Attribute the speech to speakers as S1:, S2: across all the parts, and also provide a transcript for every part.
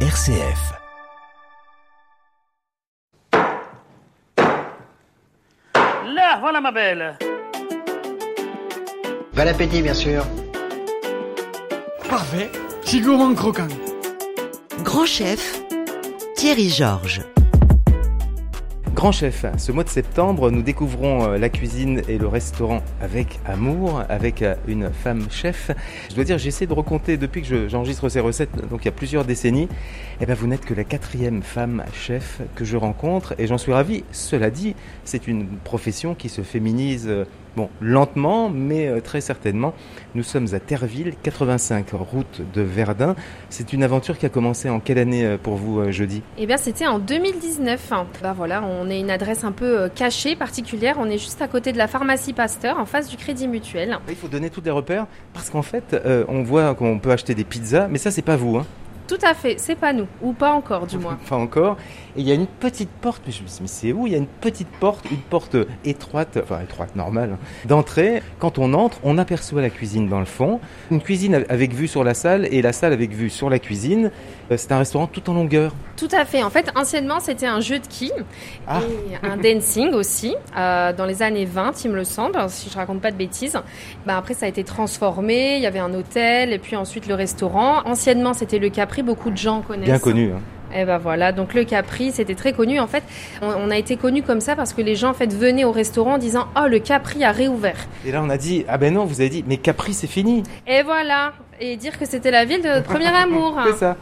S1: RCF.
S2: Là, voilà ma belle.
S3: Bon appétit, bien sûr.
S4: Parfait, c'est gourmand croquant.
S5: Grand chef, Thierry Georges.
S6: Grand chef, ce mois de septembre, nous découvrons euh, la cuisine et le restaurant avec amour, avec euh, une femme chef. Je dois dire, j'essaie de recompter depuis que je- j'enregistre ces recettes, donc il y a plusieurs décennies. Eh ben, vous n'êtes que la quatrième femme chef que je rencontre et j'en suis ravi. Cela dit, c'est une profession qui se féminise, euh, bon, lentement, mais euh, très certainement. Nous sommes à Terreville, 85, route de Verdun. C'est une aventure qui a commencé en quelle année euh, pour vous euh, jeudi
S7: Eh bien, c'était en 2019. Bah voilà, on est une adresse un peu euh, cachée, particulière. On est juste à côté de la pharmacie Pasteur, en face du Crédit Mutuel.
S6: Bah, Il faut donner tous les repères parce qu'en fait, euh, on voit qu'on peut acheter des pizzas, mais ça, c'est pas vous, hein.
S7: Tout à fait, c'est pas nous, ou pas encore du moins.
S6: Pas encore. Et il y a une petite porte, mais je me suis dit, mais c'est où Il y a une petite porte, une porte étroite, enfin étroite, normale, hein, d'entrée. Quand on entre, on aperçoit la cuisine dans le fond. Une cuisine av- avec vue sur la salle et la salle avec vue sur la cuisine. Euh, c'est un restaurant tout en longueur.
S7: Tout à fait. En fait, anciennement, c'était un jeu de qui
S6: Ah.
S7: et un dancing aussi, euh, dans les années 20, il me le semble, si je raconte pas de bêtises. Bah, après, ça a été transformé. Il y avait un hôtel et puis ensuite le restaurant. Anciennement, c'était le Capri. Beaucoup de gens connaissent.
S6: Bien connu. hein.
S7: Eh ben voilà, donc le Capri, c'était très connu. En fait, on, on a été connu comme ça parce que les gens en fait venaient au restaurant en disant "Oh, le Capri a réouvert."
S6: Et là, on a dit, ah ben non, vous avez dit, mais Capri, c'est fini.
S7: Et voilà, et dire que c'était la ville de notre premier amour.
S6: C'est ça.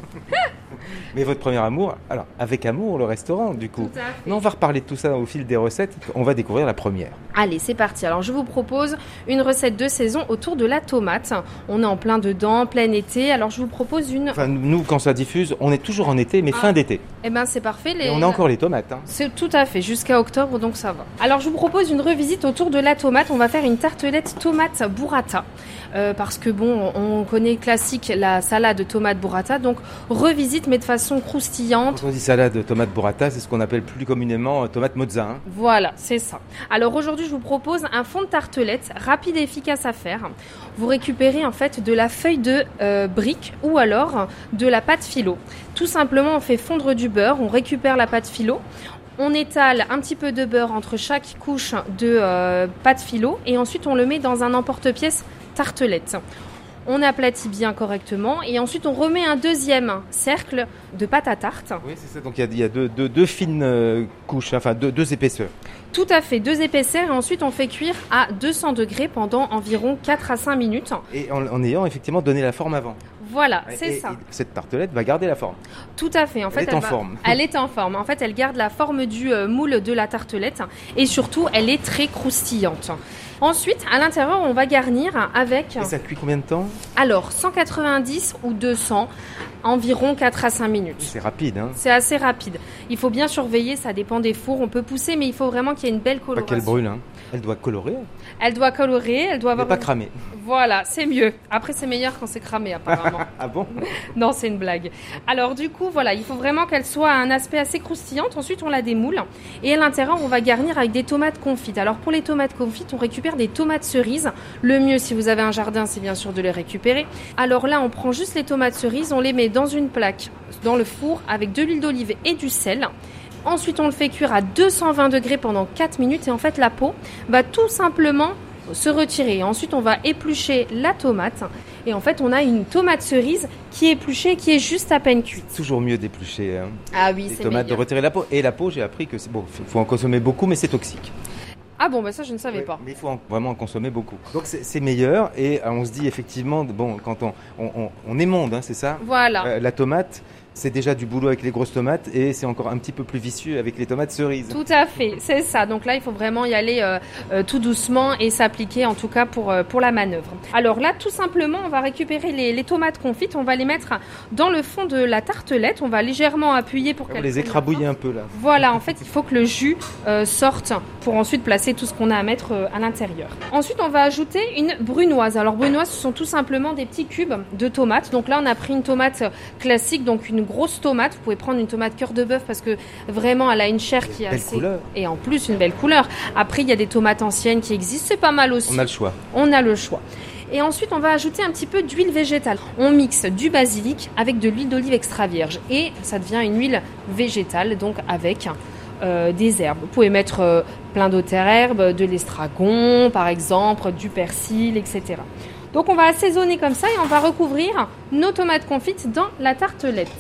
S6: mais votre premier amour, alors, avec amour, le restaurant, du coup.
S7: Tout à fait.
S6: Non, on va reparler de tout ça au fil des recettes. On va découvrir la première.
S7: Allez, c'est parti. Alors, je vous propose une recette de saison autour de la tomate. On est en plein dedans, plein été. Alors, je vous propose une
S6: Enfin, nous, quand ça diffuse, on est toujours en été, mais
S7: Ah.
S6: fin d'été.
S7: Eh ben, c'est parfait les
S6: Et on a encore les tomates. hein.
S7: C'est tout à fait, jusqu'à octobre, donc ça va. Alors je vous propose une revisite autour de la tomate. On va faire une tartelette tomate burrata. Euh, parce que bon, on connaît classique la salade tomate burrata, donc revisite mais de façon croustillante.
S6: Quand on dit salade tomate burrata, c'est ce qu'on appelle plus communément euh, tomate mozza. hein.
S7: Voilà, c'est ça. Alors aujourd'hui, je vous propose un fond de tartelette rapide et efficace à faire. Vous récupérez en fait de la feuille de euh, brique ou alors de la pâte filo. Tout simplement, on fait fondre du beurre, on récupère la pâte filo. On étale un petit peu de beurre entre chaque couche de euh, pâte filo et ensuite on le met dans un emporte-pièce tartelette. On aplatit bien correctement et ensuite on remet un deuxième cercle de pâte à tarte.
S6: Oui, c'est ça. Donc il y a, il y a deux, deux- deux fines euh, couches, hein, enfin deux, deux épaisseurs.
S7: Tout à fait, deux épaisseurs et ensuite on fait cuire à 200 degrés pendant environ 4 à 5 minutes.
S6: Et en, en ayant effectivement donné la forme avant.
S7: Voilà,
S6: Et-
S7: Ah, c'est
S6: et-
S7: ça.
S6: et cette tartelette va garder la forme.
S7: Tout à fait. En fait,
S6: elle est en
S7: va-
S6: forme.
S7: Elle est en forme. En fait, elle garde la forme du euh, moule de la tartelette et surtout, elle est très croustillante. Ensuite, à l'intérieur, on va garnir avec,
S6: Et ça cuit combien de temps
S7: alors, 190 ou 200, environ 4 à 5 minutes.
S6: C'est rapide. Hein.
S7: C'est assez rapide. Il faut bien surveiller, ça dépend des fours. On peut pousser, mais il faut vraiment qu'il y ait une belle
S6: Pas
S7: coloration.
S6: qu'elle brûle. hein. Elle doit colorer,
S7: Elle doit colorer, elle doit
S6: mais
S7: avoir
S6: pas
S7: une-
S6: cramer.
S7: Voilà, c'est mieux. Après, c'est meilleur quand c'est cramé, apparemment.
S6: Ah bon
S7: non, c'est une blague. Alors, du coup, voilà, il faut vraiment qu'elle soit à un aspect assez croustillante. Ensuite, on la démoule. Et à l'intérieur, on va garnir avec des tomates confites. Alors, pour les tomates confites, on récupère des tomates cerises. Le mieux, si vous avez un jardin, c'est bien sûr de les récupérer. Alors là, on prend juste les tomates cerises, on les met dans une plaque, dans le four, avec de l'huile d'olive et du sel. Ensuite, on le fait cuire à 220 degrés pendant 4 minutes. Et en fait, la peau va tout simplement se retirer. Ensuite, on va éplucher la tomate. Et en fait, on a une tomate cerise qui est épluchée, qui est juste à peine cuite.
S6: Toujours mieux d'éplucher hein,
S7: Ah oui,
S6: les
S7: c'est
S6: tomates, de
S7: meilleur.
S6: retirer la peau. Et la peau, j'ai appris que c'est bon. faut- Faut en consommer beaucoup, mais c'est toxique.
S7: Ah bon, bah ça, je ne savais
S6: Ouais,
S7: pas.
S6: Mais il faut en- vraiment en consommer beaucoup. Donc c'est c'est meilleur et euh, on se dit effectivement, bon, quand on, on, on- on est monde, hein, c'est ça
S7: Voilà.
S6: Euh, La tomate, c'est déjà du boulot avec les grosses tomates et c'est encore un petit peu plus vicieux avec les tomates cerises.
S7: Tout à fait, c'est ça. Donc là, il faut vraiment y aller euh, euh, tout doucement et s'appliquer, en tout cas pour, euh, pour la manœuvre. Alors là, tout simplement, on va récupérer les, les tomates confites, on va les mettre dans le fond de la tartelette, on va légèrement appuyer pour
S6: On
S7: qu'elles
S6: les
S7: prennent
S6: écrabouille
S7: leur
S6: un peu là.
S7: forme. Voilà, en fait, il faut que le jus euh, sorte pour ensuite placer tout ce qu'on a à mettre euh, à l'intérieur. Ensuite, on va ajouter une brunoise. Alors, brunoise, ce sont tout simplement des petits cubes de tomates. Donc là, on a pris une tomate euh, classique, donc une grosse tomate. Vous pouvez prendre une tomate cœur de bœuf parce que vraiment, elle a une chair qui est
S6: Belle
S7: assez
S6: couleur.
S7: et en plus une belle couleur. Après, il y a des tomates anciennes qui existent, c'est pas mal aussi.
S6: On a le choix.
S7: On a le choix. Et ensuite, on va ajouter un petit peu d'huile végétale. On mixe du basilic avec de l'huile d'olive extra vierge et ça devient une huile végétale, donc avec euh, des herbes. Vous pouvez mettre euh, plein d'autres herbes, de l'estragon par exemple, du persil, etc. Donc on va assaisonner comme ça et on va recouvrir nos tomates confites dans la tartelette.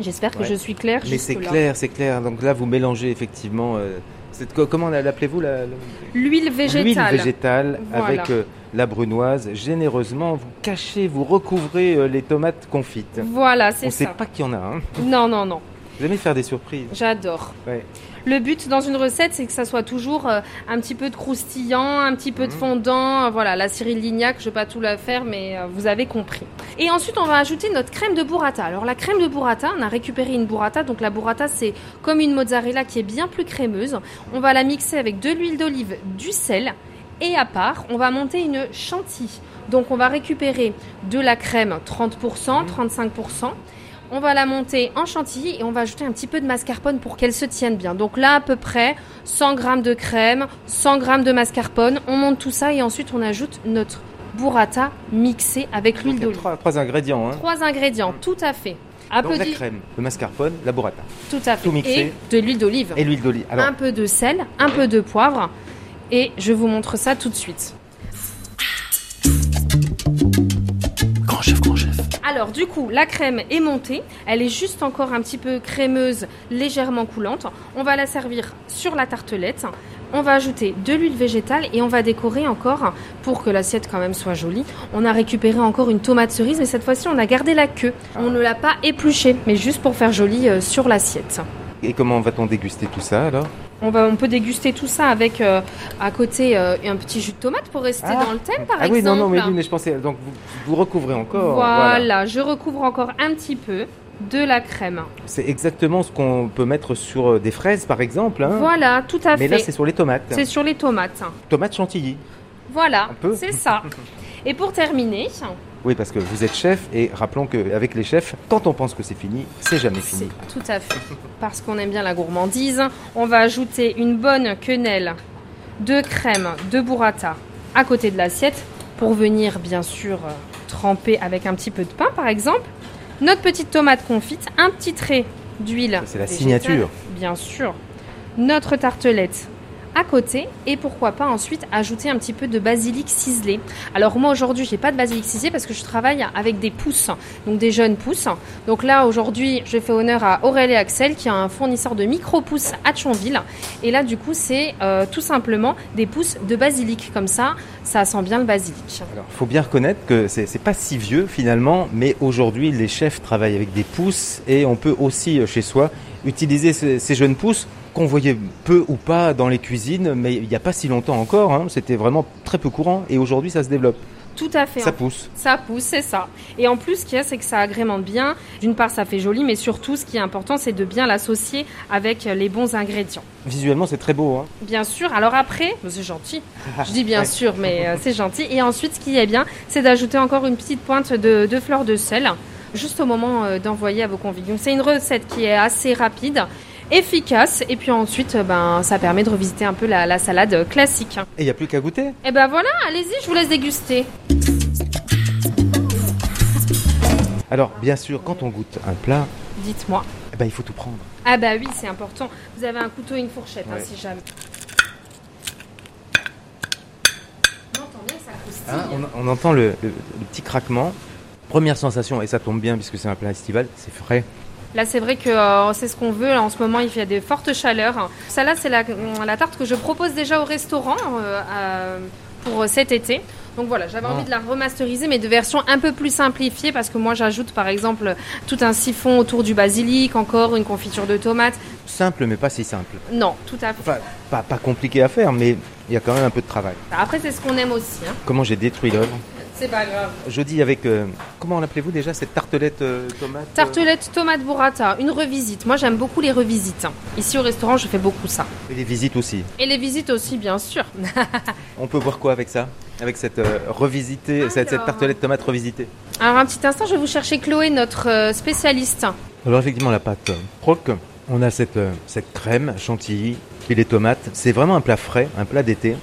S7: J'espère que
S6: Ouais.
S7: je suis claire.
S6: Mais c'est
S7: jusque-là.
S6: clair, c'est clair. Donc là, vous mélangez effectivement. euh, cette- co- comment la- l'appelez-vous la- la-
S7: L'huile végétale.
S6: L'huile végétale
S7: Voilà.
S6: avec euh, la brunoise. Généreusement, vous cachez, vous recouvrez euh, les tomates confites.
S7: Voilà, c'est
S6: On sait
S7: ça.
S6: pas qu'il y en a. Hein.
S7: Non, non, non.
S6: Vous aimez faire des surprises.
S7: J'adore.
S6: Ouais.
S7: Le but dans une recette, c'est que ça soit toujours euh, un petit peu de croustillant, un petit peu de fondant. euh, Voilà, la Cyril Lignac, je ne vais pas tout la faire, mais euh, vous avez compris. Et ensuite, on va ajouter notre crème de burrata. Alors, la crème de burrata, on a récupéré une burrata. Donc, la burrata, c'est comme une mozzarella qui est bien plus crémeuse. On va la mixer avec de l'huile d'olive, du sel. Et à part, on va monter une chantilly. Donc, on va récupérer de la crème
S6: Mmh.
S7: 30%, 35%. On va la monter en chantilly et on va ajouter un petit peu de mascarpone pour qu'elle se tienne bien. Donc là, à peu près 100 g de crème, 100 g de mascarpone. On monte tout ça et ensuite on ajoute notre burrata mixée avec
S6: Donc,
S7: l'huile
S6: il y a
S7: d'olive.
S6: trois, trois ingrédients. Hein.
S7: Trois ingrédients, tout à fait. Un
S6: Donc
S7: peu
S6: la
S7: d'hu-
S6: crème, le mascarpone, la burrata
S7: tout à fait.
S6: tout mixé.
S7: Et de l'huile d'olive.
S6: et l'huile d'olive. Alors,
S7: Un peu de sel, un peu de poivre. Et je vous montre ça tout de suite.
S4: Grand chef, grand chef.
S7: Alors du coup, la crème est montée, elle est juste encore un petit peu crémeuse, légèrement coulante. On va la servir sur la tartelette. On va ajouter de l'huile végétale et on va décorer encore pour que l'assiette quand même soit jolie. On a récupéré encore une tomate cerise, mais cette fois-ci on a gardé la queue.
S6: Ah.
S7: On ne l'a pas épluchée, mais juste pour faire joli euh, sur l'assiette.
S6: et comment va-t-on déguster tout ça alors
S7: On, va, on peut déguster tout ça avec euh, à côté euh, un petit jus de tomate pour rester
S6: Ah.
S7: dans le thème par
S6: Ah
S7: exemple.
S6: oui, non, non, mais, oui, mais je pensais. Donc vous, vous recouvrez encore.
S7: voilà, je recouvre encore un petit peu de la crème.
S6: C'est exactement ce qu'on peut mettre sur euh, des fraises, par exemple. hein.
S7: Voilà, tout à
S6: Mais
S7: fait.
S6: là, c'est sur les tomates.
S7: c'est sur les tomates.
S6: Tomates chantilly.
S7: Voilà,
S6: Un peu.
S7: c'est ça. Et pour terminer,
S6: Oui, parce que vous êtes chef et rappelons qu'avec les chefs, quand on pense que c'est fini, c'est jamais
S7: c'est
S6: fini.
S7: tout à fait, parce qu'on aime bien la gourmandise, on va ajouter une bonne quenelle de crème de burrata à côté de l'assiette pour venir bien sûr euh, tremper avec un petit peu de pain par exemple. Notre petite tomate confite, un petit trait d'huile.
S6: C'est la
S7: végétale,
S6: signature.
S7: Bien sûr. Notre tartelette à côté et pourquoi pas ensuite ajouter un petit peu de basilic ciselé. Alors moi aujourd'hui j'ai pas de basilic ciselé parce que je travaille avec des pousses, donc des jeunes pousses. Donc là aujourd'hui je fais honneur à Aurélie Axel qui est un fournisseur de micro-pousses à Thionville. Et là du coup c'est euh, tout simplement des pousses de basilic. Comme ça, ça sent bien le basilic.
S6: Alors, faut bien reconnaître que c'est c'est pas si vieux finalement, mais aujourd'hui, les chefs travaillent avec des pousses et on peut aussi euh, chez soi utiliser ces, ces jeunes pousses qu'on voyait peu ou pas dans les cuisines, mais il n'y a pas si longtemps encore, hein, c'était vraiment très peu courant et aujourd'hui, ça se développe,
S7: Tout à fait.
S6: ça pousse.
S7: Ça pousse, c'est ça. Et en plus, ce qu'il y a, c'est que ça agrémente bien. D'une part, ça fait joli, mais surtout, ce qui est important, c'est de bien l'associer avec euh, les bons ingrédients.
S6: Visuellement, c'est très beau. hein.
S7: Bien sûr. Alors après, mais c'est gentil. Je dis bien
S6: Ouais.
S7: sûr, mais euh, c'est gentil. Et ensuite, ce qui est bien, c'est d'ajouter encore une petite pointe de, de fleur de sel, juste au moment euh, d'envoyer à vos convives. Donc, c'est une recette qui est assez rapide, efficace, et puis ensuite, euh, ben, ça permet de revisiter un peu la, la salade classique.
S6: Et il n'y a plus qu'à goûter.
S7: Et ben voilà, allez-y, je vous laisse déguster.
S6: Alors, bien sûr, quand on goûte un plat,
S7: Dites-moi.
S6: eh ben, il faut tout prendre.
S7: Ah bah oui, c'est important. Vous avez un couteau et une fourchette, hein,
S6: Ouais.
S7: si jamais. On entend bien que ça croustille.
S6: Hein, on, on entend le, le- le petit craquement. Première sensation, et ça tombe bien puisque c'est un plat estival, c'est frais.
S7: Là, c'est vrai que euh, c'est ce qu'on veut. En ce moment, il fait des fortes chaleurs. Ça, là, c'est la, euh, la tarte que je propose déjà au restaurant euh, à- pour cet été. Donc voilà, j'avais
S6: Ah.
S7: envie de la remasteriser, mais de version un peu plus simplifiée, parce que moi, j'ajoute par exemple tout un siphon autour du basilic, encore une confiture de tomates.
S6: Simple, mais pas si simple.
S7: Non, tout à fait.
S6: Enfin, pas, pas compliqué à faire, mais il y a quand même un peu de travail.
S7: Après, c'est ce qu'on aime aussi. hein.
S6: Comment j'ai détruit l'œuvre
S7: C'est pas grave.
S6: Je dis avec. euh, comment l'appelez-vous déjà cette tartelette euh, tomate euh,
S7: Tartelette tomate burrata, une revisite. Moi j'aime beaucoup les revisites. Ici au restaurant je fais beaucoup ça.
S6: Et les visites aussi.
S7: Et les visites aussi bien sûr.
S6: On peut voir quoi avec ça Avec cette euh, revisitée, cette, cette
S7: Alors.
S6: tartelette tomate revisitée.
S7: Alors un petit instant je vais vous chercher Chloé, notre euh, spécialiste.
S6: Alors effectivement, la pâte euh, croque. On a cette, euh, cette crème chantilly, puis les tomates. C'est vraiment un plat frais, un plat d'été.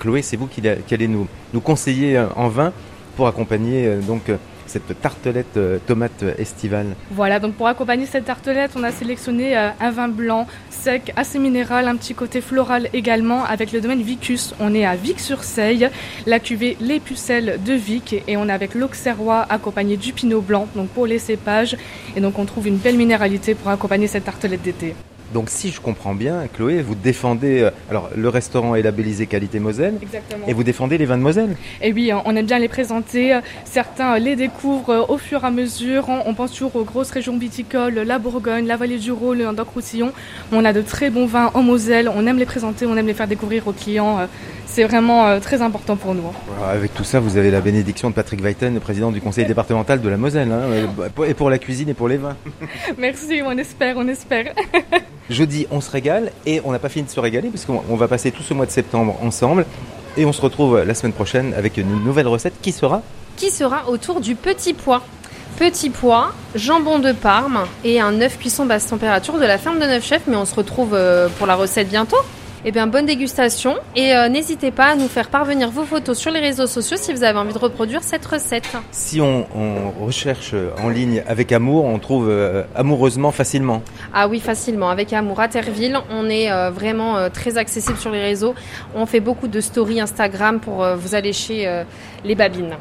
S6: Chloé, c'est vous qui, l'a- qui allez nous, nous conseiller euh, en vin. pour accompagner euh, donc euh, cette tartelette euh, tomate estivale.
S1: Voilà, donc pour accompagner cette tartelette, on a sélectionné euh, un vin blanc sec, assez minéral, un petit côté floral également, avec le domaine Vicus. On est à Vic-sur-Seille, la cuvée Les Pucelles de Vic, et on est avec l'Auxerrois accompagné du Pinot Blanc, donc pour les cépages. Et donc on trouve une belle minéralité pour accompagner cette tartelette d'été.
S6: Donc si je comprends bien, Chloé, vous défendez euh, alors le restaurant est labellisé qualité Moselle
S1: Exactement.
S6: et vous défendez les vins de Moselle.
S1: Et oui, on aime bien les présenter. Certains les découvrent au fur et à mesure. On pense toujours aux grosses régions viticoles, la Bourgogne, la vallée du Rhône, le Languedoc-Roussillon. On a de très bons vins en Moselle. On aime les présenter, on aime les faire découvrir aux clients. Euh, C'est vraiment euh, très important pour nous.
S6: Voilà, avec tout ça, vous avez la bénédiction de Patrick Weiten, le président du conseil départemental de la Moselle, hein, euh, et pour la cuisine et pour les vins.
S1: Merci, on espère, on espère.
S6: Jeudi, on se régale et on n'a pas fini de se régaler puisqu'on on va passer tout ce mois de septembre ensemble. Et on se retrouve la semaine prochaine avec une nouvelle recette qui sera
S7: qui sera autour du petit pois. Petit pois, jambon de Parme et un œuf cuisson basse température de la ferme de Neuf Chefs. Mais on se retrouve euh, pour la recette bientôt. Eh bien, bonne dégustation et euh, n'hésitez pas à nous faire parvenir vos photos sur les réseaux sociaux si vous avez envie de reproduire cette recette.
S6: Si on, on recherche en ligne avec amour, on trouve euh, amoureusement facilement.
S7: Ah oui, facilement. Avec Amour à Terreville, on est euh, vraiment euh, très accessible sur les réseaux. On fait beaucoup de stories Instagram pour euh, vous aller chez euh, les babines.